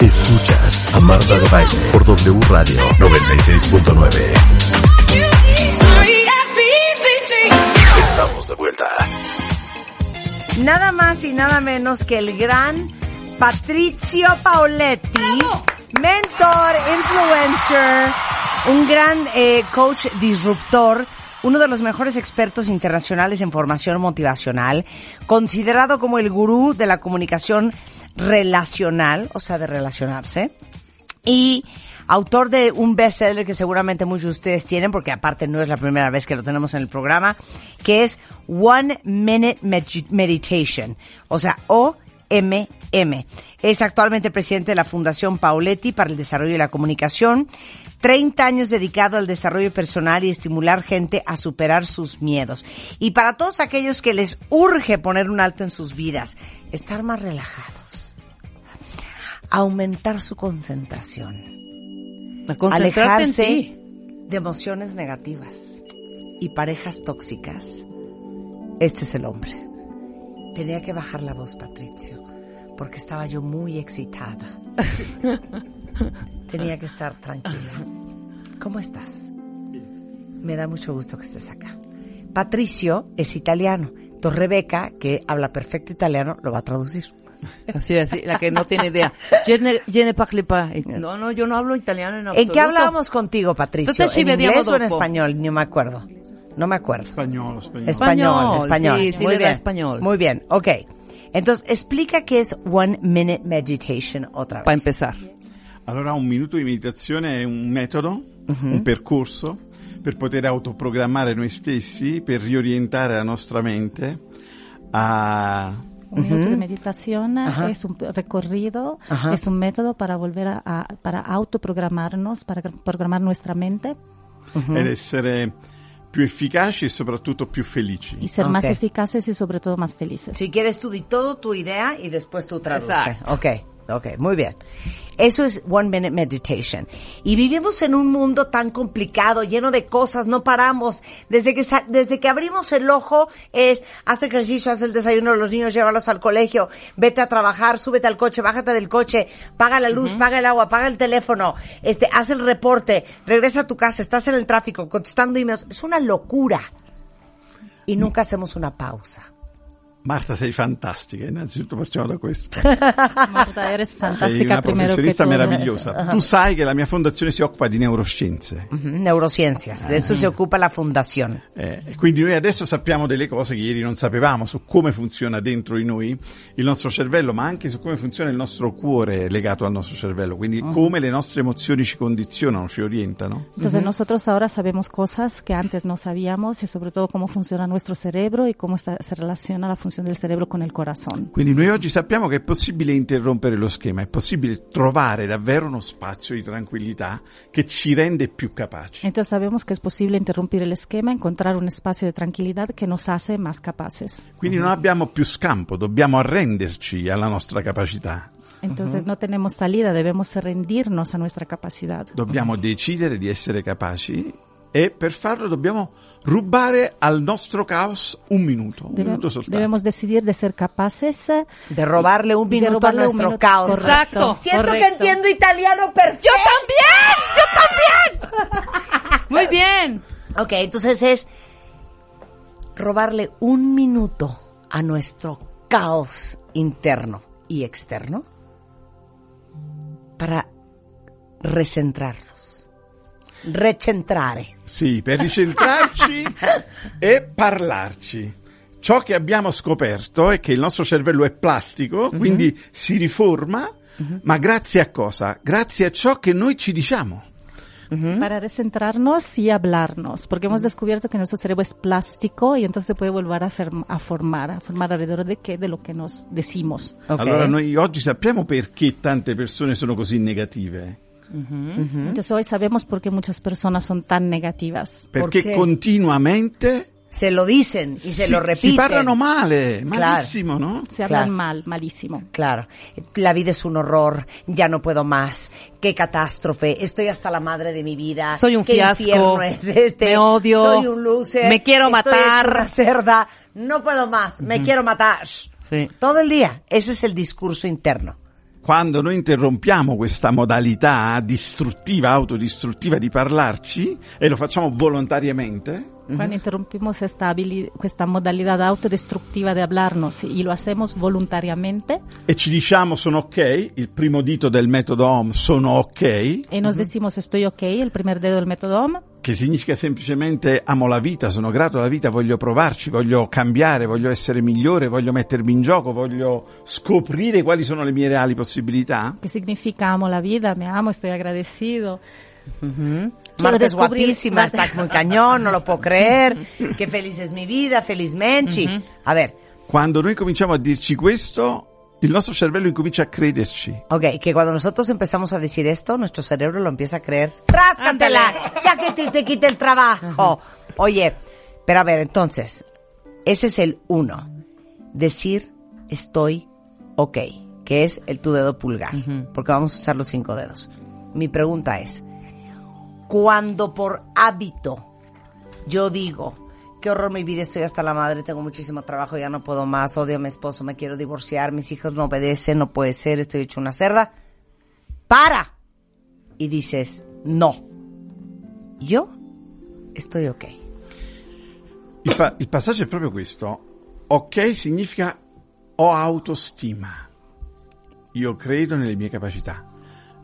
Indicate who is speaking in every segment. Speaker 1: Escuchas a Marta de Baile por W Radio 96.9. Estamos de vuelta.
Speaker 2: Nada más y nada menos que el gran Patricio Paoletti, mentor, influencer, un gran eh, coach disruptor, uno de los mejores expertos internacionales en formación motivacional, considerado como el gurú de la comunicación relacional, o sea, de relacionarse, y autor de un bestseller que seguramente muchos de ustedes tienen, porque aparte no es la primera vez que lo tenemos en el programa, que es One Minute Med- Meditation, o sea, OMM. Es actualmente presidente de la Fundación Pauletti para el Desarrollo y la Comunicación, 30 años dedicado al desarrollo personal y estimular gente a superar sus miedos. Y para todos aquellos que les urge poner un alto en sus vidas, estar más relajados aumentar su concentración, alejarse de emociones negativas y parejas tóxicas. Este es el hombre. Tenía que bajar la voz, Patricio, porque estaba yo muy excitada. Tenía que estar tranquila. ¿Cómo estás? Me da mucho gusto que estés acá. Patricio es italiano. Entonces Rebeca, que habla perfecto italiano, lo va a traducir.
Speaker 3: Así, así, la que no tiene idea. Je ne- je ne parle pas. No, no, yo no hablo italiano en absoluto.
Speaker 2: ¿En qué hablábamos contigo, Patricio?
Speaker 3: Entonces, sí,
Speaker 2: ¿En
Speaker 3: me
Speaker 2: inglés o en
Speaker 3: Adolfo.
Speaker 2: español? No me acuerdo. No me acuerdo.
Speaker 4: Español, español.
Speaker 2: Español,
Speaker 3: Español,
Speaker 2: español.
Speaker 3: sí, sí
Speaker 2: Muy
Speaker 3: le da
Speaker 2: bien.
Speaker 3: español.
Speaker 2: Muy bien, ok. Entonces, explica qué es One Minute Meditation otra vez.
Speaker 3: Para empezar.
Speaker 4: Allora, un minuto di meditazione è un metodo, un percorso per poter autoprogrammare noi stessi, per riorientare la nostra mente a...
Speaker 5: Un minuto de meditación ah, es un recorrido,
Speaker 2: Ajá.
Speaker 5: es un método para volver a, a- para autoprogramarnos, para programar nuestra mente
Speaker 4: ed essere più efficaci e soprattutto più felici.
Speaker 5: y ser más
Speaker 2: Ok.
Speaker 5: eficaces y sobre todo más felices.
Speaker 2: Si quieres, tú di todo tu idea y después tú traduce.
Speaker 3: Exacto.
Speaker 2: Ok, ok, muy bien. Eso es One Minute Meditation. Y vivimos en un mundo tan complicado, lleno de cosas, no paramos. Desde que, sa- desde que abrimos el ojo es, haz ejercicio, haz el desayuno de los niños, llévalos al colegio, vete a trabajar, súbete al coche, bájate del coche, paga la luz, paga el agua, paga el teléfono, este, haz el reporte, regresa a tu casa, estás en el tráfico, contestando emails. Es una locura. Y nunca hacemos una pausa.
Speaker 4: Marta, sei fantastica, innanzitutto partiamo da questo.
Speaker 5: Marta, eres
Speaker 4: Sei
Speaker 5: fantástica
Speaker 4: una
Speaker 5: primero que
Speaker 4: professionista
Speaker 5: todo.
Speaker 4: meravigliosa. Tu sai che la mia fondazione si occupa di neuroscienze.
Speaker 2: Ujú, Neurociencias, de eso se ocupa la fundación.
Speaker 4: Eh, e quindi noi adesso sappiamo delle cose che ieri non sapevamo su come funziona dentro di noi il nostro cervello, ma anche su come funziona il nostro cuore legato al nostro cervello, quindi come le nostre emozioni ci condizionano, ci orientano.
Speaker 5: Entonces nosotros ahora sabemos cosas que antes no sabíamos y sobre todo cómo funciona nuestro cerebro y cómo está- se relaciona la función del cerebro con el corazón.
Speaker 4: Quindi noi oggi sappiamo che è possibile interrompere lo schema, è possibile trovare davvero uno spazio di tranquillità che ci rende più capaci.
Speaker 5: Entonces sabemos que es posible interrumpir el esquema, encontrar un espacio de tranquilidad que nos hace más capaces.
Speaker 4: Quindi non abbiamo più scampo, dobbiamo arrenderci alla nostra capacità.
Speaker 5: Entonces no tenemos salida, debemos rendirnos a nuestra capacidad.
Speaker 4: Dobbiamo decidere di essere capaci e per farlo dobbiamo rubare al nostro caos un minuto, un
Speaker 5: Debe-
Speaker 4: minuto soltanto.
Speaker 5: debemos decidir de ser capaces. eh,
Speaker 2: De robarle un
Speaker 5: de
Speaker 2: minuto
Speaker 5: robarle
Speaker 2: a
Speaker 5: un
Speaker 2: nuestro
Speaker 5: minuto.
Speaker 2: caos.
Speaker 5: Correcto,
Speaker 3: Exacto.
Speaker 2: Siento que
Speaker 5: correcto.
Speaker 2: entiendo italiano perfecto.
Speaker 3: Muy bien.
Speaker 2: Ok, entonces es robarle un minuto a nuestro caos interno y externo para recentrarnos. Recentrare.
Speaker 4: Sì, per ricentrarci e parlarci. Ciò che abbiamo scoperto è che il nostro cervello è plastico,
Speaker 2: Mhm.
Speaker 4: quindi si riforma, ma grazie a cosa? Grazie a ciò che noi ci diciamo.
Speaker 5: para recentrarnos y hablarnos, porque hemos descubierto que nuestro cerebro es plástico y entonces se puede volver a, ferm- a formar, a formar alrededor de qué, de lo que nos decimos.
Speaker 2: Ok.
Speaker 4: Allora noi oggi sappiamo perché tante persone sono così negative.
Speaker 5: Entonces hoy sabemos por qué muchas personas son tan negativas.
Speaker 4: Perché
Speaker 2: Perché?
Speaker 4: continuamente
Speaker 2: Se lo dicen y se
Speaker 4: si,
Speaker 2: lo repiten.
Speaker 4: si parlano male,
Speaker 2: Claro.
Speaker 4: malissimo, no?
Speaker 5: Se hablan
Speaker 2: Claro.
Speaker 5: mal, malísimo.
Speaker 2: Claro, la vida es un horror, ya no puedo más, qué catástrofe, estoy hasta la madre de mi vida.
Speaker 3: Soy un
Speaker 2: qué
Speaker 3: fiasco,
Speaker 2: infierno es este,
Speaker 3: me odio,
Speaker 2: soy un loser,
Speaker 3: me quiero
Speaker 2: estoy
Speaker 3: matar.
Speaker 2: hecho una cerda, no puedo más, me quiero matar.
Speaker 3: Sí.
Speaker 2: Todo el día, ese es el discurso interno.
Speaker 4: Quando noi interrompiamo questa modalità distruttiva, autodistruttiva di parlarci e lo facciamo volontariamente,
Speaker 5: Cuando interrumpimos esta, habili- esta modalidad autodestructiva de hablarnos y lo hacemos voluntariamente
Speaker 4: e ci diciamo sono ok, il primo dito del metodo OM sono ok,
Speaker 5: y nos decimos estoy ok, el primer dedo del método OM,
Speaker 4: che significa semplicemente amo la vita, sono grato alla vita, voglio provarci, voglio cambiare, voglio essere migliore, voglio mettermi in gioco, voglio scoprire quali sono le mie reali possibilità.
Speaker 5: que significa amo la vida, me amo, estoy agradecido. Quiero
Speaker 2: Marta es
Speaker 5: descubrir-
Speaker 2: guapísima,
Speaker 5: Marta-
Speaker 2: está muy cañón, no lo puedo creer, qué feliz es mi vida, feliz Menchi. A ver,
Speaker 4: Quando noi cominciamo a dirci questo, il nostro cervello incomincia a crederci.
Speaker 2: Ok, que cuando nosotros empezamos a decir esto, nuestro cerebro lo empieza a creer. ¡Tráscatela! ¡Ya que te, te quite el trabajo! Oye, pero a ver, entonces, ese es el uno. Decir estoy ok, que es el tu dedo pulgar, porque vamos a usar los cinco dedos. Mi pregunta es, cuando por hábito yo digo, qué horror mi vida, estoy hasta la madre, tengo muchísimo trabajo, ya no puedo más, odio a mi esposo, me quiero divorciar, mis hijos no obedecen, no puede ser, estoy hecho una cerda. ¡Para! Y dices, no. Yo estoy ok.
Speaker 4: Il, pa- il passaggio è proprio questo. Ok significa ho autostima. Io credo nelle mie capacità.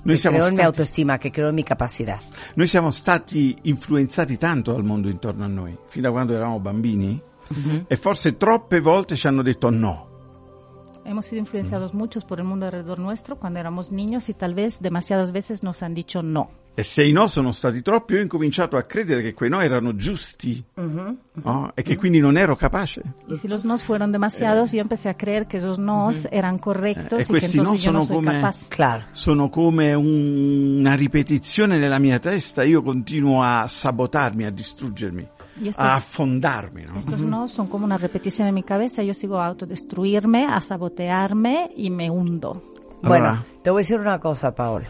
Speaker 4: Noi
Speaker 2: Que
Speaker 4: siamo,
Speaker 2: creo en mi
Speaker 4: stati,
Speaker 2: autoestima, que creo en mi capacidad.
Speaker 4: noi siamo stati influenzati tanto dal mondo intorno a noi, fin da quando eravamo bambini, e forse troppe volte ci hanno detto no.
Speaker 5: Hemos sido influenciados muchos por el mundo alrededor nuestro cuando éramos niños y tal vez demasiadas veces nos han dicho no.
Speaker 4: E se i no sono stati troppi, io ho incominciato a credere che quei no erano giusti no? e che quindi non ero capace.
Speaker 5: Y si los nos fueron demasiados, yo empecé a creer que esos nos eran correctos
Speaker 4: Eh,
Speaker 5: y que
Speaker 4: questi no
Speaker 5: entonces yo
Speaker 4: sono
Speaker 5: no soy
Speaker 4: come-
Speaker 5: capaz.
Speaker 2: Claro.
Speaker 4: Sono come un- una ripetizione nella mia testa, io continuo a sabotarmi, a distruggermi,
Speaker 5: Io sto-
Speaker 4: a affondarmi. no?
Speaker 5: Estos no son como una repetición en mi cabeza, yo sigo a autodestruirme, a sabotearme y me hundo.
Speaker 2: Bueno,
Speaker 4: Allora.
Speaker 2: te voy a decir una cosa, Paolo.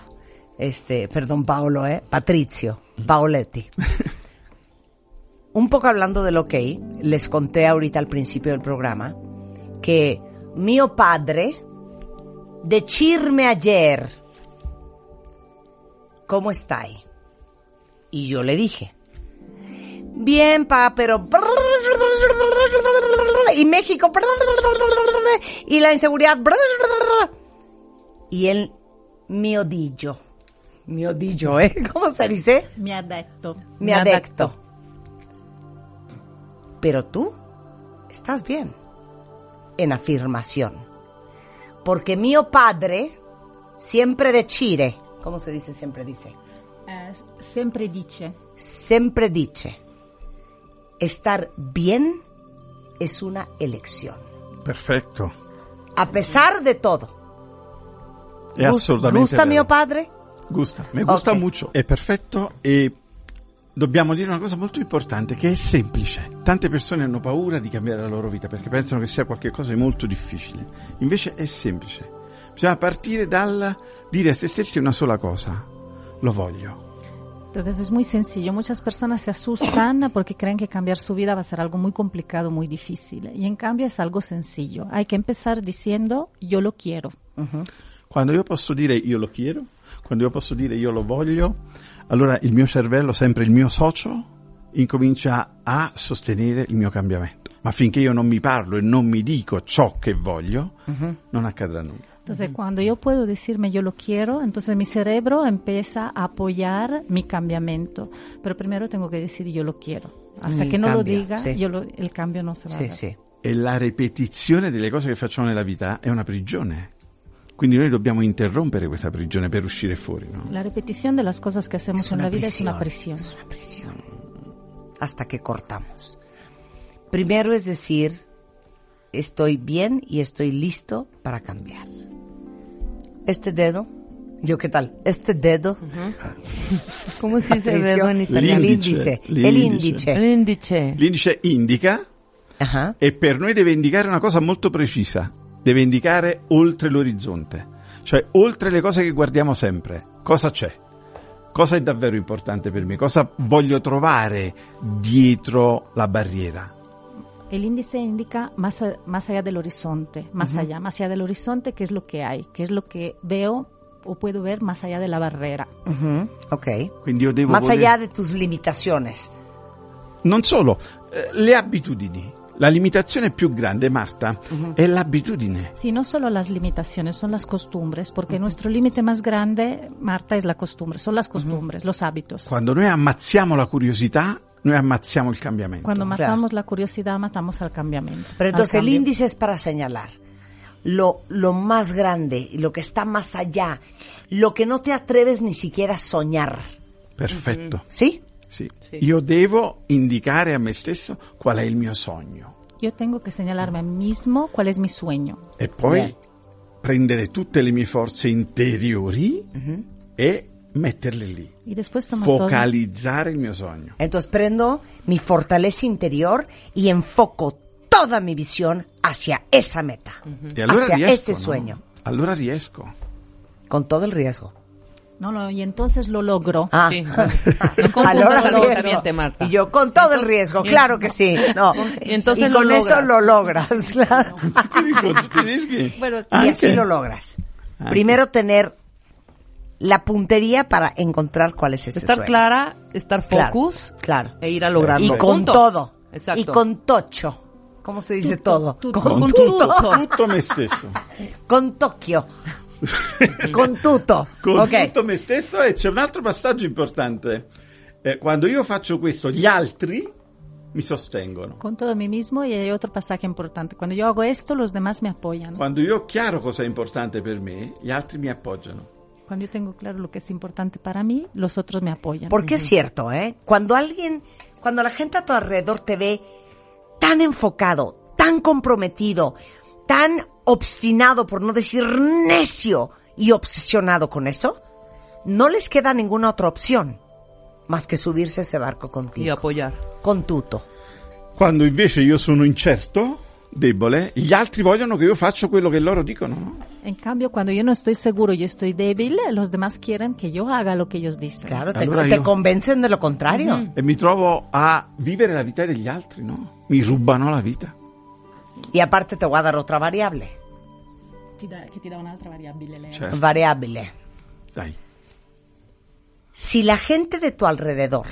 Speaker 2: Este, perdón, Paolo, ¿eh? Patricio, Paoletti. Un poco hablando del ok, les conté ahorita al principio del programa que mio padre decirme ayer, ¿cómo estáis? Y yo le dije, Bien, pa, pero... Y México... Y la inseguridad... Y el miodillo. Miodillo, ¿eh? ¿Cómo se dice?
Speaker 5: Me adapto.
Speaker 2: Me adecto. Pero tú estás bien. En afirmación. Porque mio padre siempre decide... ¿Cómo se dice siempre dice?
Speaker 5: siempre dice.
Speaker 2: siempre dice, estar bien es una elección.
Speaker 4: Perfetto.
Speaker 2: A pesar de todo.
Speaker 4: È assolutamente
Speaker 2: ¿Gusta
Speaker 4: vero.
Speaker 2: mio padre?
Speaker 4: Gusta, me gusta
Speaker 2: Ok.
Speaker 4: mucho. È perfetto e dobbiamo dire una cosa molto importante che è semplice. Tante persone hanno paura di cambiare la loro vita perché pensano che sia qualcosa di molto difficile. Invece è semplice. Bisogna partire dal dire a se stessi una sola cosa. Lo voglio.
Speaker 5: Entonces es muy sencillo. Muchas personas se asustan porque creen que cambiar su vida va a ser algo muy complicado, muy difícil. Y en cambio es algo sencillo. Hay que empezar diciendo yo lo quiero.
Speaker 4: Quando io posso dire io lo chiedo, quando io posso dire io lo voglio, allora il mio cervello, sempre il mio socio, incomincia a sostenere il mio cambiamento. Ma finché io non mi parlo e non mi dico ciò che voglio, non accadrà nulla.
Speaker 5: Entonces cuando yo puedo decirme yo lo quiero, entonces mi cerebro empieza a apoyar mi cambiamiento. Pero primero tengo que decir yo lo quiero. Hasta
Speaker 2: Mm,
Speaker 5: que no lo
Speaker 2: cambia,
Speaker 5: diga,
Speaker 2: sí.
Speaker 5: yo lo- el cambio no se va a dar.
Speaker 4: E la ripetizione delle cose che facciamo nella vita è una prigione. Quindi noi dobbiamo interrompere questa prigione per uscire fuori. no?
Speaker 5: La repetición de las cosas que hacemos en la vida es una presión.
Speaker 2: Es una presión. Hasta que cortamos. Primero es decir, estoy bien y estoy listo para cambiar. Este dedo, yo qué tal, este dedo,
Speaker 3: ¿Cómo se dice
Speaker 2: Patricio,
Speaker 3: dedo en italiano?
Speaker 2: el índice,
Speaker 4: L'indice,
Speaker 2: el
Speaker 4: l'indice.
Speaker 2: índice.
Speaker 3: L'indice.
Speaker 4: L'indice indica
Speaker 2: Ajá.
Speaker 4: e per noi deve indicare una cosa molto precisa, deve indicare oltre l'orizzonte, cioè oltre le cose che guardiamo sempre, cosa c'è, cosa è davvero importante per me, cosa voglio trovare dietro la barriera.
Speaker 5: El índice indica más, a- más allá del horizonte, más allá, más allá del horizonte, qué es lo que hay, qué es lo que veo o puedo ver más allá de la barrera.
Speaker 2: Ujú, Ok.
Speaker 4: Quindi io devo
Speaker 2: Más
Speaker 4: voler-
Speaker 2: allá de tus limitaciones.
Speaker 4: Non solo, eh, le abitudini. La limitazione più grande, Marta, è l'abitudine.
Speaker 5: Sí, no solo las limitaciones, son las costumbres, porque nuestro límite más grande, Marta, es la costumbre, son las costumbres, los hábitos.
Speaker 4: Quando noi ammazziamo la curiosità, noi ammazziamo il cambiamento.
Speaker 5: Cuando
Speaker 2: Claro.
Speaker 5: matamos la curiosidad, matamos al cambiamiento.
Speaker 2: Pero
Speaker 5: al
Speaker 2: entonces el
Speaker 5: cambio.
Speaker 2: índice es para señalar lo, lo más grande, lo que está más allá, lo que no te atreves ni siquiera a soñar.
Speaker 4: Perfetto.
Speaker 2: ¿Sí?
Speaker 4: Sì. Io devo indicare a me stesso qual è il mio sogno
Speaker 5: Yo tengo que señalarme a mí mismo cuál es mi sueño.
Speaker 4: e poi
Speaker 2: Beh.
Speaker 4: prendere tutte le mie forze interiori e metterle lì,
Speaker 5: Y después tomar todo.
Speaker 4: focalizzare il mio sogno.
Speaker 2: Entonces prendo mi fortaleza interior y enfoco toda mi visión hacia esa meta,
Speaker 4: E allora
Speaker 2: hacia
Speaker 4: riesco.
Speaker 2: ese
Speaker 4: no?
Speaker 2: sueño,
Speaker 4: Allora riesco.
Speaker 2: con todo el riesgo.
Speaker 5: No, no, y entonces lo logro.
Speaker 2: Ah.
Speaker 3: Sí. No confundas
Speaker 2: Allora
Speaker 3: el
Speaker 2: riesgo.
Speaker 3: agotamiento, Marta.
Speaker 2: Y yo con todo el riesgo, claro que sí. No.
Speaker 3: y entonces
Speaker 2: Y con
Speaker 3: lo
Speaker 2: eso
Speaker 3: logras.
Speaker 2: lo logras, claro.
Speaker 4: Ti dico, ti rischi?
Speaker 2: Y
Speaker 4: Anche-
Speaker 2: así lo logras.
Speaker 4: Anche.
Speaker 2: Primero tener la puntería para encontrar cuál es ese
Speaker 3: estar
Speaker 2: sueño.
Speaker 3: clara, estar
Speaker 2: Claro,
Speaker 3: focus
Speaker 2: claro.
Speaker 3: e ir a lograrlo.
Speaker 2: Y con
Speaker 3: Punto.
Speaker 2: todo.
Speaker 3: Exacto.
Speaker 2: Y con tocho. ¿Cómo se dice todo?
Speaker 5: tutto.
Speaker 4: Con
Speaker 3: Con
Speaker 4: tutto,
Speaker 3: tutto.
Speaker 4: tutto me stesso.
Speaker 2: Con Tokio. con tuto.
Speaker 4: Con
Speaker 2: Ok.
Speaker 4: tutto me stesso e c'è un altro passaggio importante. Eh, quando io faccio questo, gli altri mi sostengono.
Speaker 5: Con todo mí mismo y hay otro pasaje importante. Cuando yo hago esto, los demás me apoyan.
Speaker 4: Quando io ho chiaro cosa è importante per me, gli altri mi appoggiano.
Speaker 5: Cuando yo tengo claro lo que es importante para mí, los otros me apoyan.
Speaker 2: Porque es cierto, ¿eh? Cuando alguien, cuando la gente a tu alrededor te ve tan enfocado, tan comprometido, tan obstinado, por no decir necio y obsesionado con eso, no les queda ninguna otra opción más que subirse a ese barco
Speaker 3: Y
Speaker 2: contigo,
Speaker 3: apoyar.
Speaker 2: con tuto.
Speaker 4: Quando invece io sono incerto, debole, gli altri vogliono che io faccia quello che loro dicono, no?
Speaker 5: En cambio, cuando yo no estoy seguro y estoy débil, los demás quieren que yo haga lo que ellos dicen.
Speaker 2: Claro, te,
Speaker 4: Allora
Speaker 2: te
Speaker 4: io-
Speaker 2: convencen de lo contrario.
Speaker 4: E mi trovo a vivere la vita degli altri, no? Mi rubano la vita.
Speaker 2: Y aparte te voy a dar otra variable.
Speaker 5: Que te da una otra variable.
Speaker 4: Cioè,
Speaker 2: Variable.
Speaker 4: dai.
Speaker 2: Si la gente de tu alrededor,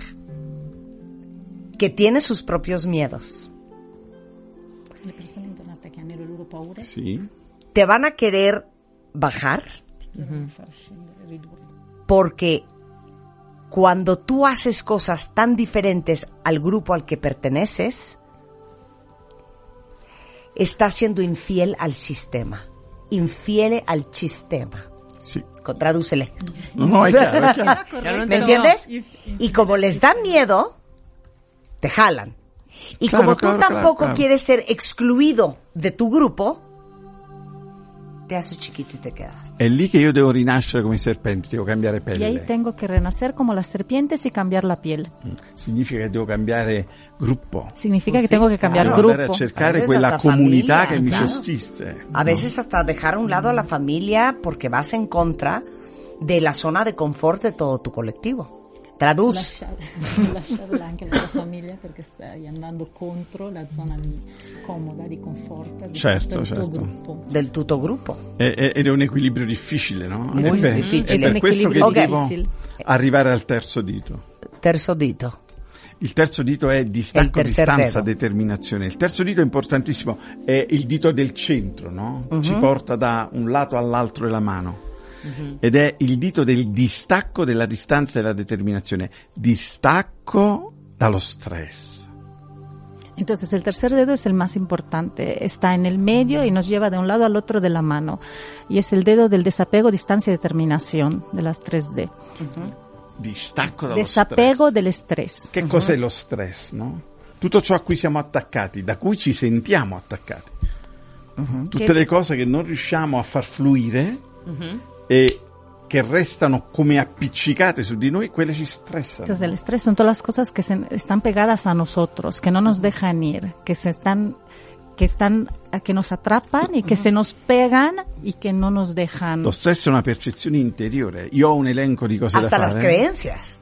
Speaker 2: que tiene sus propios miedos,
Speaker 4: Sì.
Speaker 2: te van a querer bajar porque cuando tú haces cosas tan diferentes al grupo al que perteneces, estás siendo infiel al sistema, infiel al sistema.
Speaker 4: Sì.
Speaker 2: Co- Tradúcele.
Speaker 4: No, no, è chiaro, è chiaro.
Speaker 3: Ya lo
Speaker 2: ¿Me
Speaker 3: entendí.
Speaker 2: entiendes? Y como les da miedo, te jalan. Y
Speaker 4: Claro,
Speaker 2: como tú
Speaker 4: claro, claro,
Speaker 2: tampoco
Speaker 4: claro.
Speaker 2: quieres ser excluido de tu grupo, te haces chiquito y te quedas.
Speaker 4: È lì che io devo rinascere come i serpenti, devo cambiare
Speaker 5: Y ahí
Speaker 4: pelle.
Speaker 5: tengo que renacer como las serpientes y cambiar la piel.
Speaker 4: Mm. Significa che devo cambiare gruppo.
Speaker 5: Significa que tengo que cambiar
Speaker 4: Devo andare a
Speaker 5: grupo.
Speaker 4: cercare
Speaker 2: Adesso
Speaker 4: quella
Speaker 2: sta
Speaker 4: comunità
Speaker 2: famiglia,
Speaker 4: che mi
Speaker 2: claro.
Speaker 4: sostiste.
Speaker 2: A
Speaker 4: no?
Speaker 2: veces hasta dejar a un lado a la familia porque vas en contra de la zona de confort de todo tu colectivo. Traduz.
Speaker 6: lasciarla anche la tua famiglia perché stai andando contro la zona di- comoda di conforto del
Speaker 4: Certo,
Speaker 6: tuo
Speaker 4: certo.
Speaker 6: gruppo.
Speaker 2: Del tuto grupo.
Speaker 4: È- è- Mm. Ed è un equilibrio difficile, no?
Speaker 2: Molto
Speaker 4: È per-
Speaker 2: difficile.
Speaker 4: È
Speaker 2: Un
Speaker 4: per questo che
Speaker 5: equilibrio
Speaker 4: devo
Speaker 5: difficile.
Speaker 4: arrivare al terzo dito.
Speaker 2: Terzo dito.
Speaker 4: Il terzo dito è
Speaker 2: È il
Speaker 4: distacco,
Speaker 2: terzer
Speaker 4: distanza,
Speaker 2: dedo.
Speaker 4: determinazione. Il terzo dito è importantissimo, è il dito del centro, no? Ci porta da un lato all'altro della mano. Ed è il dito del distacco, della distanza e della determinazione. Distacco dallo stress.
Speaker 5: Entonces el tercer dedo es el más importante, está en el medio y nos lleva de un lado al otro de la mano y es el dedo del desapego, distancia y determinación de las 3D.
Speaker 4: Distacco dallo stress.
Speaker 5: Desapego del estrés.
Speaker 4: Che cos'è lo stress, no? Tutto ciò a cui siamo attaccati, da cui ci sentiamo attaccati. Tutte
Speaker 2: Che-
Speaker 4: le cose che non riusciamo a far fluire e che restano come appiccicate su di noi, quelle ci stressano.
Speaker 5: Entonces, del estrés son todas las cosas que se- están pegadas a nosotros, que no nos dejan ir, que se están, que están, que nos atrapan y que se nos pegan y que no nos dejan.
Speaker 4: Lo stress è una percezione interiore. Io ho un elenco di cose
Speaker 2: Hasta
Speaker 4: da
Speaker 2: las
Speaker 4: fare.
Speaker 2: creencias.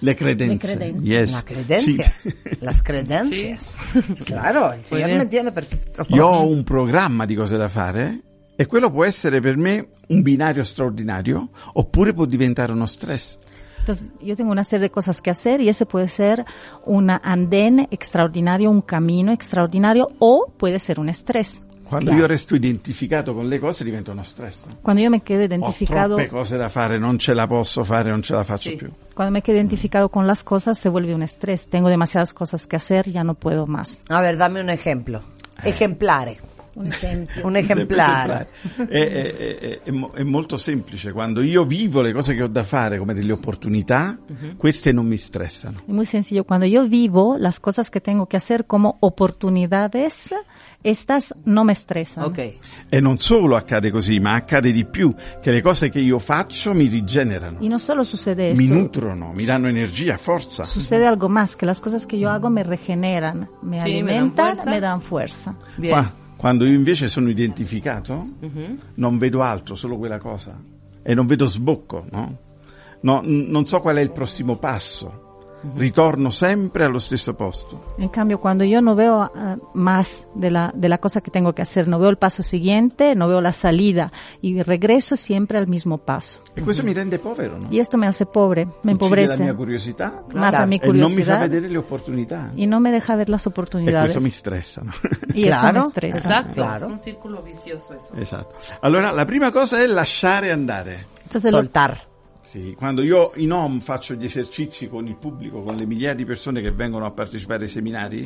Speaker 4: Le credenze.
Speaker 6: Le credenze.
Speaker 4: Yes.
Speaker 2: Las credencias.
Speaker 4: Sì.
Speaker 2: Las credencias. Claro, el señor
Speaker 3: bien.
Speaker 2: me entiende perfecto.
Speaker 4: Io ho un programma di cose da fare e quello può essere per me un binario straordinario oppure può diventare uno stress.
Speaker 5: Entonces, yo tengo una serie de cosas que hacer y ese puede ser un andén extraordinario, un camino extraordinario o puede ser un estrés.
Speaker 4: Quando io resto identificato con le cose diventa uno stress.
Speaker 5: Cuando yo me quedo
Speaker 4: Ho
Speaker 5: identificado,
Speaker 4: troppe cose da fare, non ce la posso fare, non ce la faccio
Speaker 3: Sì.
Speaker 4: più.
Speaker 5: cuando me quedo identificado con las cosas se vuelve un estrés. Tengo demasiadas cosas que hacer, ya no puedo más.
Speaker 2: A ver, dame un ejemplo. Esemplare.
Speaker 6: Un esempio.
Speaker 2: Un esemplare.
Speaker 4: Sempre esemplare. È, è- è- è mo- è molto semplice, quando io vivo le cose che ho da fare come delle opportunità, queste non mi stressano.
Speaker 5: Y Muy sencillo, cuando yo vivo las cosas que tengo que hacer como oportunidades, estas no me estresan.
Speaker 3: Ok.
Speaker 4: E non solo accade così, ma accade di più, che le cose che io faccio mi rigenerano.
Speaker 5: Y no solo sucede esto.
Speaker 4: mi nutrono, mi danno energia, forza.
Speaker 5: Sucede algo más, que las cosas que yo hago me regeneran,
Speaker 3: Sí, me
Speaker 5: me
Speaker 3: dan
Speaker 5: alimentan,
Speaker 3: fuerza.
Speaker 5: me dan fuerza.
Speaker 3: Bien.
Speaker 4: Qua- quando io invece sono identificato, non vedo altro, solo quella cosa. E non vedo sbocco, no? No, n- non so qual è il prossimo passo. Ritorno sempre allo stesso posto.
Speaker 5: En cambio, cuando yo no veo ah, más de la, de la cosa que tengo que hacer, no veo el paso siguiente, no veo la salida y regreso siempre al mismo paso.
Speaker 4: E questo mi rende povero, no?
Speaker 5: Y esto me hace pobre, me
Speaker 4: Uccide la mia
Speaker 5: empobrece,
Speaker 4: curiosità
Speaker 5: mata mi
Speaker 4: e non mi fa
Speaker 5: curiosidad
Speaker 4: vedere le opportunità.
Speaker 5: y no me deja ver las
Speaker 4: E questo mi
Speaker 5: oportunidades.
Speaker 4: stressa, no?
Speaker 5: Y esto me
Speaker 2: Claro.
Speaker 5: estresa.
Speaker 3: Exacto.
Speaker 2: Claro.
Speaker 3: Es un círculo vicioso eso.
Speaker 4: esatto. Allora, la prima cosa è lasciare andare.
Speaker 5: Entonces, lo-
Speaker 2: Soltar.
Speaker 4: Sì, quando io in home faccio gli esercizi con il pubblico, con le migliaia di persone che vengono a partecipare ai seminari,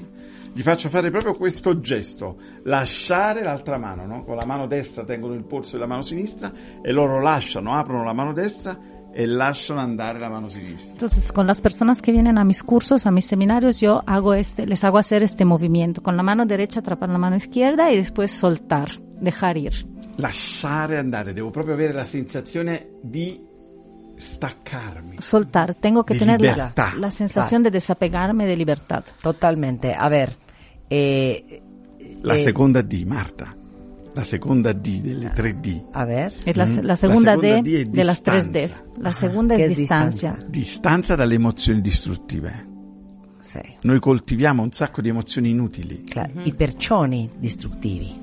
Speaker 4: gli faccio fare proprio questo gesto, lasciare l'altra mano, no? con la mano destra tengono il polso della mano sinistra e loro lasciano, aprono la mano destra e lasciano andare la mano sinistra.
Speaker 5: Entonces, con las personas que vienen a mis cursos, a mis seminarios, yo hago este, les hago hacer este movimiento. Con la mano derecha atrapar la mano izquierda y después soltar, dejar ir.
Speaker 4: Lasciare andare, devo proprio avere la sensazione di staccarmi.
Speaker 5: Soltar. Tengo que
Speaker 4: De
Speaker 5: tener la,
Speaker 4: libertad.
Speaker 5: la sensación de desapegarme de libertad.
Speaker 2: Totalmente. A ver. eh,
Speaker 4: La
Speaker 2: eh,
Speaker 4: seconda D, Marta, la seconda D delle tre D.
Speaker 2: A ver.
Speaker 5: Es la,
Speaker 4: Mm.
Speaker 5: la segunda
Speaker 4: La segunda
Speaker 5: D,
Speaker 4: D es
Speaker 5: de las tres Ds.
Speaker 4: distancia.
Speaker 5: La segunda
Speaker 2: ¿Qué
Speaker 5: es
Speaker 2: es
Speaker 5: distancia.
Speaker 2: distancia?
Speaker 4: Distanza dalle emozioni distruttive.
Speaker 2: Sì.
Speaker 4: Noi coltiviamo un sacco di emozioni inutili,
Speaker 2: Cla- I percioni distruttivi.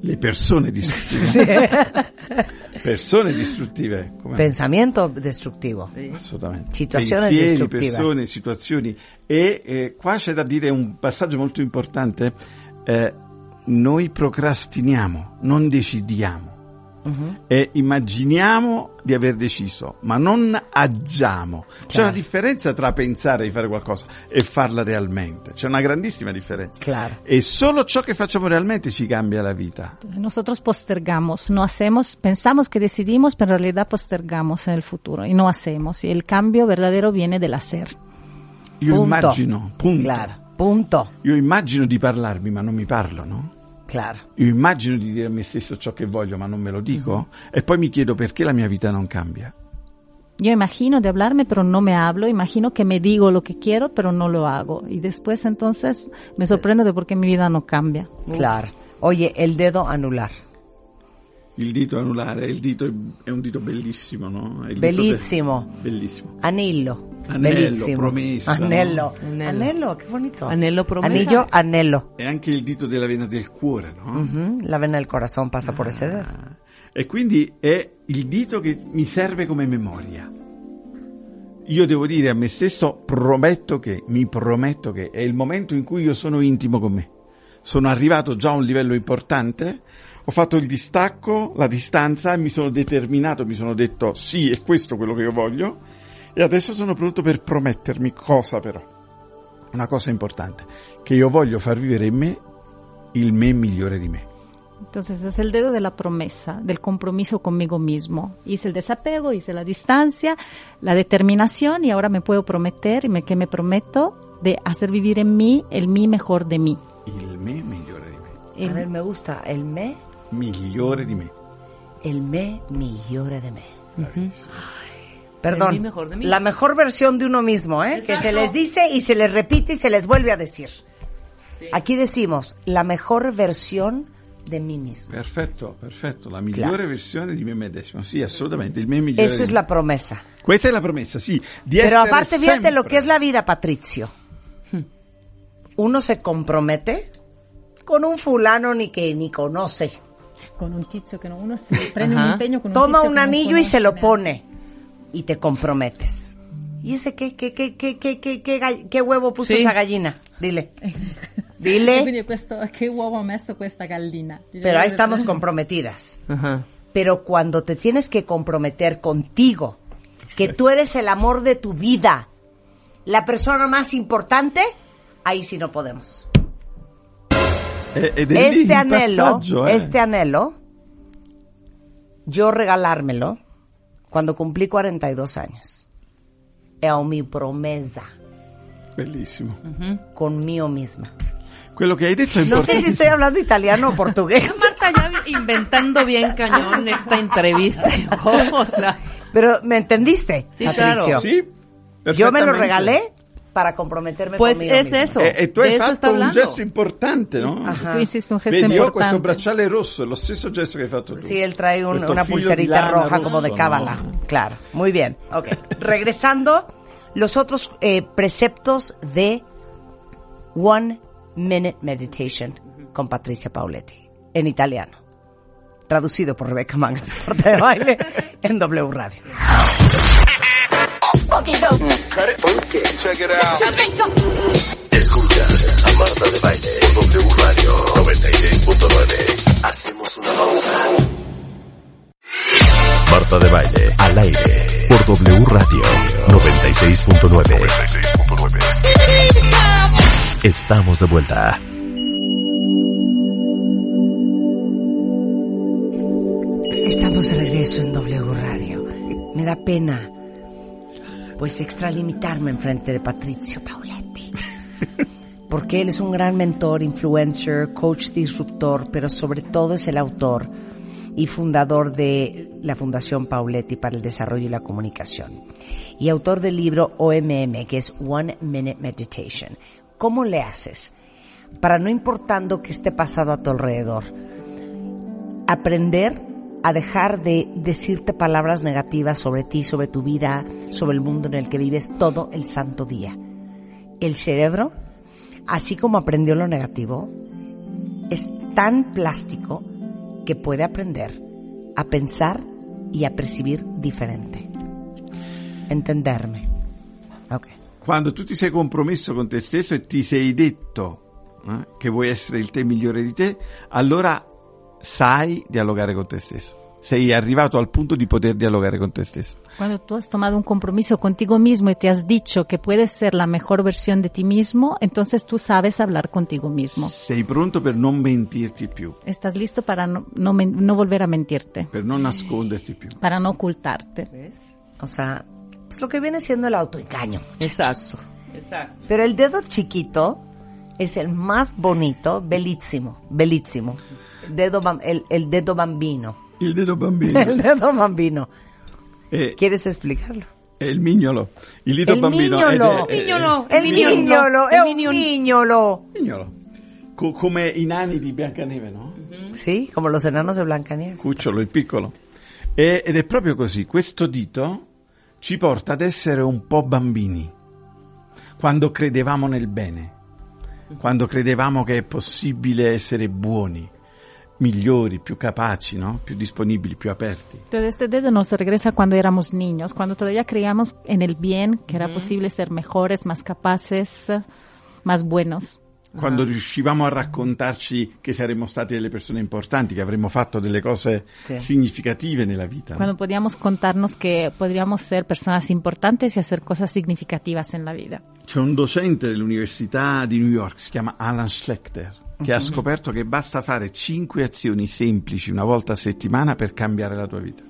Speaker 4: le persone distruttive. Persone distruttive, come
Speaker 2: Pensamiento destructivo.
Speaker 4: assolutamente.
Speaker 2: Situazione
Speaker 4: Pensieri,
Speaker 2: distruttiva.
Speaker 4: persone, situazioni e eh, qua c'è da dire un passaggio molto importante. Eh, noi procrastiniamo, non decidiamo.
Speaker 2: Mhm.
Speaker 4: E immaginiamo di aver deciso, ma non agiamo. C'è
Speaker 2: Chiaro.
Speaker 4: una differenza tra pensare di fare qualcosa e farla realmente. C'è una grandissima differenza.
Speaker 2: Claro.
Speaker 4: E solo ciò che facciamo realmente ci cambia la vita.
Speaker 5: Nosotros postergamos, no hacemos, pensamos que decidimos, pero en realidad postergamos en el futuro y no hacemos. Y el cambio verdadero viene del hacer.
Speaker 4: Io
Speaker 2: Punto.
Speaker 4: immagino, punto.
Speaker 2: Claro. Punto.
Speaker 4: Io immagino di parlarmi, ma non mi parlo, no?
Speaker 2: Claro.
Speaker 4: Io immagino di dire a me stesso ciò che voglio, ma non me lo dico. E poi mi chiedo perché la mia vita non cambia.
Speaker 5: Yo imagino de hablarme, pero no me hablo. Imagino que me digo lo que quiero, pero no lo hago. Y después entonces me sorprendo de por qué mi vida no cambia.
Speaker 2: Claro. Oye, el dedo anular.
Speaker 4: Il dito anulare, il dito è un dito bellissimo, no? È il dito
Speaker 2: Bellissimo.
Speaker 4: be- bellissimo.
Speaker 2: Anillo.
Speaker 4: Anello,
Speaker 2: Bellissimo.
Speaker 4: promessa, no?
Speaker 2: Anello.
Speaker 3: Anello.
Speaker 2: Anello, qué bonito.
Speaker 3: Anello promesa.
Speaker 2: Anillo, anello.
Speaker 4: È anche il dito della vena del cuore, no?
Speaker 2: Ujú, La vena del corazón pasa por ese dedo.
Speaker 4: Ah, E quindi è il dito che mi serve come memoria. Io devo dire a me stesso, prometto che, mi prometto che è il momento in cui io sono intimo con me. Sono arrivato già a un livello importante, ho fatto il distacco, la distanza, e mi sono determinato, mi sono detto sì, è questo quello che io voglio e adesso sono pronto per promettermi cosa però. una cosa importante, che io voglio far vivere in me il me migliore di me.
Speaker 5: Entonces es el dedo de la promesa, del compromiso conmigo mismo. Hice el desapego, hice la distancia, la determinación y ahora me puedo prometer y me, que me prometo de hacer vivir en mí el mí mejor de mí.
Speaker 4: Il me migliore di me.
Speaker 2: A ver, me gusta el me,
Speaker 4: Migliore di me.
Speaker 2: el me migliore de me.
Speaker 4: Bravissimo.
Speaker 2: Perdón,
Speaker 3: mí mejor de mí.
Speaker 2: la mejor versión de uno mismo, ¿eh? que se les dice y se les repite y se les vuelve a decir. Aquí decimos la mejor versión de mí mismo.
Speaker 4: Perfetto, perfetto. La migliore versione di me medesimo. Sì, assolutamente. Il me migliore.
Speaker 2: Esa
Speaker 4: di
Speaker 2: es
Speaker 4: me.
Speaker 2: la promesa.
Speaker 4: Questa è la promessa, sì. Di
Speaker 2: Pero
Speaker 4: essere
Speaker 2: aparte, fíjate
Speaker 4: sempre-
Speaker 2: lo que es la vida, Patricio.
Speaker 3: Hmm.
Speaker 2: Uno se compromete con un fulano ni que ni conoce.
Speaker 6: Con un tizio che non uno si prende un
Speaker 3: Ajá.
Speaker 6: impegno con un
Speaker 2: Toma
Speaker 6: tizio
Speaker 2: un
Speaker 6: che non
Speaker 2: anillo y se lo
Speaker 6: conosce
Speaker 2: pone y te comprometes. ¿Y ese qué, qué, qué, qué, qué, qué, qué, gall- qué huevo puso
Speaker 3: Sí.
Speaker 2: esa gallina? Dile.
Speaker 6: neanche.
Speaker 2: Dile.
Speaker 6: Quindi questo, a che uovo ha messo questa gallina?
Speaker 2: Pero ahí estamos comprometidas.
Speaker 3: Ajá.
Speaker 2: Pero cuando te tienes que comprometer contigo, que tú eres el amor de tu vida, la persona más importante, ahí sí no podemos.
Speaker 4: Eh, ed è lì il
Speaker 2: Este anhelo,
Speaker 4: passaggio, eh.
Speaker 2: este anhelo, yo regalármelo cuando cumplí 42 años. E ho mi promesa
Speaker 4: Bellissimo.
Speaker 2: conmigo misma.
Speaker 4: Quello che hai detto è
Speaker 2: No sé si
Speaker 4: importante.
Speaker 2: estoy hablando italiano o portugués,
Speaker 3: Marta ya inventando bien cañón esta entrevista. O sea,
Speaker 2: pero ¿me entendiste,
Speaker 3: Sí,
Speaker 2: Patricio?
Speaker 3: claro.
Speaker 4: Sì,
Speaker 2: Yo me
Speaker 4: perfettamente.
Speaker 2: lo regalé para comprometerme
Speaker 3: pues
Speaker 2: conmigo
Speaker 3: es
Speaker 2: misma.
Speaker 3: eso.
Speaker 4: E, e tu hai
Speaker 3: de eso
Speaker 4: fatto
Speaker 3: está
Speaker 4: un
Speaker 3: hablando.
Speaker 4: gesto importante, no?
Speaker 2: Ajá.
Speaker 5: Tú hiciste un gesto
Speaker 4: Vedi, io ho
Speaker 5: importante.
Speaker 4: questo bracciale rosso, è lo stesso gesto che hai fatto tu.
Speaker 2: Sí, él trae un-
Speaker 4: Questo
Speaker 2: una
Speaker 4: filo di
Speaker 2: pulserita
Speaker 4: lana
Speaker 2: roja como
Speaker 4: rosso,
Speaker 2: de cábala.
Speaker 4: no?
Speaker 2: Claro, muy bien. Ok. Regresando, los otros eh, preceptos de One Minute Meditation con Patricia Pauletti, en italiano. Traducido por Rebeca Mangas, porta de baile, en W Radio.
Speaker 1: Escuchas a Marta de Baile por W Radio 96.9. Hacemos una pausa. Marta de Baile al aire por W Radio 96.9. 96.9. Estamos de vuelta.
Speaker 2: Estamos de regreso en W Radio. Me da pena, pues, extralimitarme enfrente de Patricio Pauletti. Porque él es un gran mentor, influencer, coach disruptor, pero sobre todo es el autor y fundador de la Fundación Pauletti para el Desarrollo y la Comunicación. Y autor del libro OMM, que es One Minute Meditation. ¿Cómo le haces para no importando que esté pasado a tu alrededor? aprender a dejar de decirte palabras negativas sobre ti, sobre tu vida, sobre el mundo en el que vives todo el santo día. El cerebro, así como aprendió lo negativo, es tan plástico que puede aprender a pensar y a percibir diferente. Entenderme. Ok.
Speaker 4: Quando tu ti sei compromesso con te stesso e ti sei detto eh, che vuoi essere il te migliore di te, allora sai dialogare con te stesso. Sei arrivato al punto di poter dialogare con te stesso.
Speaker 5: Cuando tú has tomado un compromiso contigo mismo y te has dicho que puedes ser la mejor versión de ti mismo, entonces tú sabes hablar contigo mismo.
Speaker 4: Sei pronto per non mentirti più,
Speaker 5: Estás listo para no, no men- no volver a mentirte,
Speaker 4: per non nasconderti più.
Speaker 5: para no ocultarte.
Speaker 3: ¿Ves?
Speaker 2: O sea, pues lo que viene siendo el autoengaño.
Speaker 3: Exacto. Exacto.
Speaker 2: Pero el dedo chiquito es el más bonito, bellísimo, bellísimo. Dedo bam- el, el dedo bambino.
Speaker 4: Il dedo
Speaker 2: El
Speaker 4: bambino
Speaker 2: dedo bambino.
Speaker 4: è,
Speaker 2: ¿Quieres explicarlo?
Speaker 4: Eh, è il mignolo. Il dito
Speaker 2: El
Speaker 4: bambino è- eh,
Speaker 2: mignolo.
Speaker 4: è-
Speaker 3: Mignolo.
Speaker 4: è-
Speaker 2: El
Speaker 3: minion,
Speaker 2: niñolo,
Speaker 3: no,
Speaker 2: es
Speaker 3: el
Speaker 2: un
Speaker 3: minion.
Speaker 2: niñolo.
Speaker 4: eh, Mignolo. Co- come i nani di Biancaneve, no?
Speaker 2: Sí, como los enanos de Blancanieves.
Speaker 4: Cucciolo, il piccolo. E- ed è proprio così, questo dito ci porta ad essere un po' bambini, quando credevamo nel bene, quando credevamo che è possibile essere buoni, migliori, più capaci, no? più disponibili, più aperti.
Speaker 5: Entonces este dedo nos regresa cuando éramos niños, cuando todavía creíamos en el bien, que era posible ser mejores, más capaces, más buenos.
Speaker 4: quando riuscivamo a raccontarci che saremmo stati delle persone importanti, che avremmo fatto delle cose
Speaker 3: Sì.
Speaker 4: significative nella vita.
Speaker 5: Cuando podíamos contarnos que podríamos ser personas importantes y hacer cosas significativas en la vida.
Speaker 4: C'è un docente dell'Università di New York, si chiama Alan Schlechter, che
Speaker 3: Mhm.
Speaker 4: ha scoperto che basta fare 5 azioni semplici una volta a settimana per cambiare la tua vita.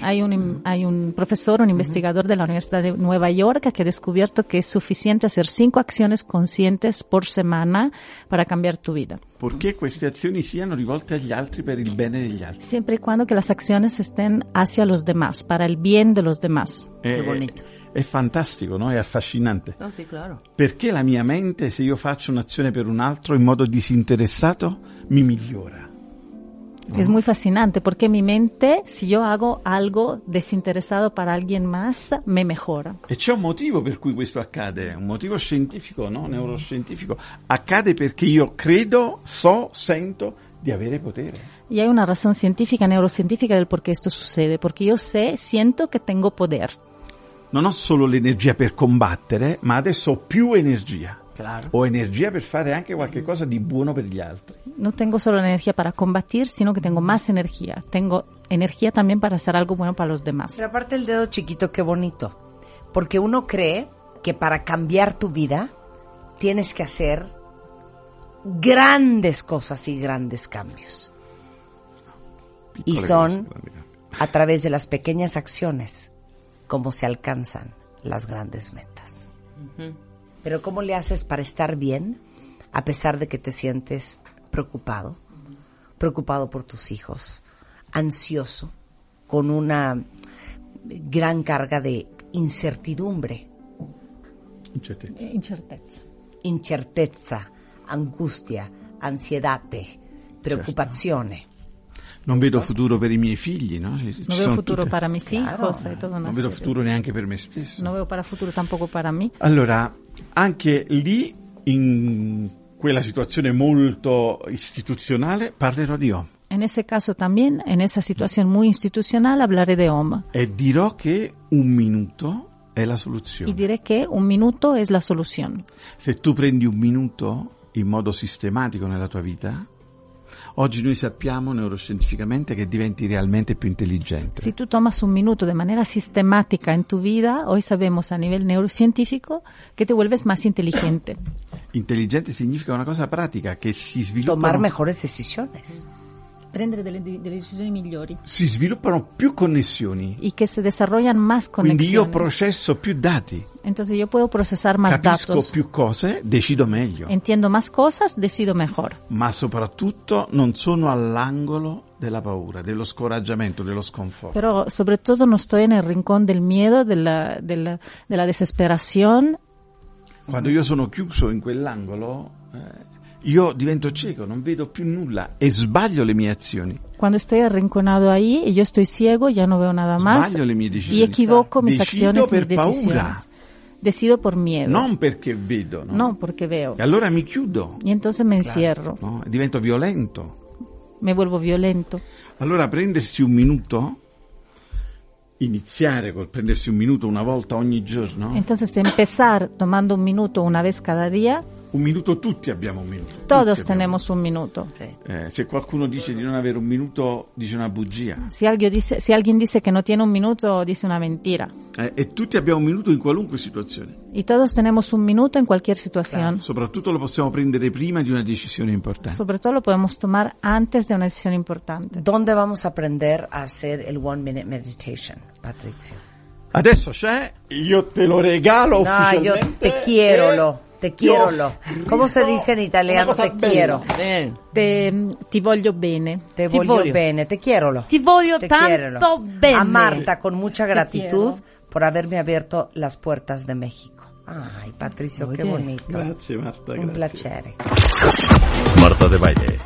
Speaker 5: Hay un, im- hay un profesor, un investigador de la Universidad de Nueva York que ha descubierto que es suficiente hacer cinco acciones conscientes por semana para cambiar tu vida.
Speaker 4: Purché queste azioni siano rivolte agli altri per il bene degli altri.
Speaker 5: Siempre y cuando que las acciones estén hacia los demás, para el bien de los demás.
Speaker 4: È,
Speaker 3: bonito.
Speaker 4: è fantastico, no? È affascinante.
Speaker 3: No, sí, claro.
Speaker 4: Perché la mia mente, se io faccio un'azione per un altro in modo disinteressato, mi migliora.
Speaker 5: Es muy fascinante porque mi mente, si yo hago algo desinteresado para alguien más, me mejora.
Speaker 4: E c'è un motivo per cui questo accade, un motivo scientifico, no? neuroscientifico. Accade perché io credo, so, sento di avere potere.
Speaker 5: Y hay una razón científica, neurocientífica del por qué esto sucede, porque yo sé, siento que tengo poder.
Speaker 4: Non ho solo l'energia per combattere, ma adesso ho più energia.
Speaker 3: Claro.
Speaker 4: Ho energia per fare anche qualche cosa di buono per gli altri.
Speaker 5: No tengo solo la energía para combatir, sino que tengo más energía. Tengo energía también para hacer algo bueno para los demás.
Speaker 2: Pero aparte el dedo chiquito, qué bonito. Porque uno cree que para cambiar tu vida tienes que hacer grandes cosas y grandes cambios. Y
Speaker 4: Piccole
Speaker 2: son
Speaker 4: cose, grandi.
Speaker 2: a través de las pequeñas acciones como se alcanzan las grandes metas. Pero ¿cómo le haces para estar bien a pesar de que te sientes preocupado? Preocupado por tus hijos, ansioso, con una gran carga de incertidumbre,
Speaker 4: Incertezza.
Speaker 2: incertezza, angustia, ansiedad, preocupazione.
Speaker 4: Non vedo futuro per i miei figli, no? Ci- ci
Speaker 5: No veo
Speaker 4: sono
Speaker 5: futuro
Speaker 4: tutte-
Speaker 5: para mis hijos, hay toda una
Speaker 4: Non vedo
Speaker 5: serie.
Speaker 4: futuro neanche per me stesso.
Speaker 5: No veo para futuro tampoco para mí.
Speaker 4: Allora, anche lì, in quella situazione molto istituzionale, parlerò di OM
Speaker 5: En ese caso también, en esa situación muy institucional, hablaré de OM
Speaker 4: e dirò che un minuto è la
Speaker 5: y
Speaker 4: soluzione.
Speaker 5: diré que un minuto es la solución.
Speaker 4: Se tu prendi un minuto in modo sistematico nella tua vita, oggi noi sappiamo neuroscientificamente che diventi realmente più intelligente.
Speaker 5: Si tú tomas un minuto de manera sistemática en tu vida, hoy sabemos a nivel neurocientífico que te vuelves más inteligente.
Speaker 4: Intelligente significa una cosa pratica che si
Speaker 2: Tomar
Speaker 4: sviluppano,
Speaker 2: mejores decisiones.
Speaker 6: Prendere delle, delle decisioni migliori.
Speaker 4: si sviluppano più connessioni.
Speaker 5: y que se desarrollan más
Speaker 4: Quindi io
Speaker 5: conexiones.
Speaker 4: processo più dati,
Speaker 5: Entonces yo puedo procesar más
Speaker 4: capisco
Speaker 5: datos,
Speaker 4: più cose, decido meglio.
Speaker 5: entiendo más cosas, decido mejor.
Speaker 4: ma soprattutto non sono all'angolo della paura, dello scoraggiamento, dello sconforto.
Speaker 5: Pero sobre todo no estoy en el rincón del miedo, de la, de la, de la desesperación.
Speaker 4: Quando io sono chiuso in quell'angolo, eh, io divento cieco, non vedo più nulla e sbaglio le mie azioni,
Speaker 5: Cuando estoy arrinconado ahí y yo estoy ciego, ya no veo nada más
Speaker 4: sbaglio le mie
Speaker 5: y
Speaker 4: decisioni.
Speaker 5: equivoco mis
Speaker 4: Decido
Speaker 5: acciones, mis
Speaker 4: per paura,
Speaker 5: decisiones. Decido por miedo,
Speaker 4: non perché vedo, no?
Speaker 5: no porque veo.
Speaker 4: E allora mi chiudo,
Speaker 5: Y entonces me encierro,
Speaker 4: no? E divento violento.
Speaker 5: me vuelvo violento.
Speaker 4: Allora prendersi un minuto, iniziare col prendersi un minuto una volta ogni giorno,
Speaker 5: Entonces empezar tomando un minuto una vez cada día,
Speaker 4: un minuto tutti abbiamo un minuto. tutti
Speaker 5: todos
Speaker 4: abbiamo
Speaker 5: tenemos un minuto.
Speaker 4: Eh, se qualcuno dice di non avere un minuto, dice una bugia.
Speaker 5: Si alguien, dice, si alguien dice que no tiene un minuto, dice una mentira.
Speaker 4: Eh, e tutti abbiamo un minuto in qualunque situazione.
Speaker 5: Y todos tenemos un minuto en cualquier situación.
Speaker 4: Soprattutto lo possiamo prendere prima di una decisione importante.
Speaker 5: Sobre todo lo podemos tomar antes de una decisión importante.
Speaker 2: ¿Dónde vamos a aprender a hacer el One Minute Meditation, Patricio?
Speaker 4: Adesso c'è, io ¿eh? te lo regalo
Speaker 2: No, yo
Speaker 4: ufficialmente.
Speaker 2: te quiero,
Speaker 4: e
Speaker 2: lo, te
Speaker 4: ti
Speaker 2: quiero, lo.
Speaker 4: offro
Speaker 2: ¿Cómo se dice en italiano?
Speaker 4: una cosa
Speaker 2: Te
Speaker 4: bella?
Speaker 2: quiero.
Speaker 3: Bien.
Speaker 5: Te, mm, ti voglio bene.
Speaker 2: Te
Speaker 3: Ti
Speaker 2: voglio
Speaker 3: voglio.
Speaker 2: bene, te quiero, lo.
Speaker 3: Ti voglio
Speaker 2: Te
Speaker 3: tanto
Speaker 2: quiero, lo.
Speaker 3: bene.
Speaker 2: A Marta, con mucha gratitud
Speaker 6: quiero.
Speaker 2: por haberme abierto las puertas de México. Ay, Patricio, qué
Speaker 3: Oye.
Speaker 2: bonito.
Speaker 4: Grazie Marta,
Speaker 2: Un
Speaker 4: grazie.
Speaker 2: placer.
Speaker 1: Marta de Baile.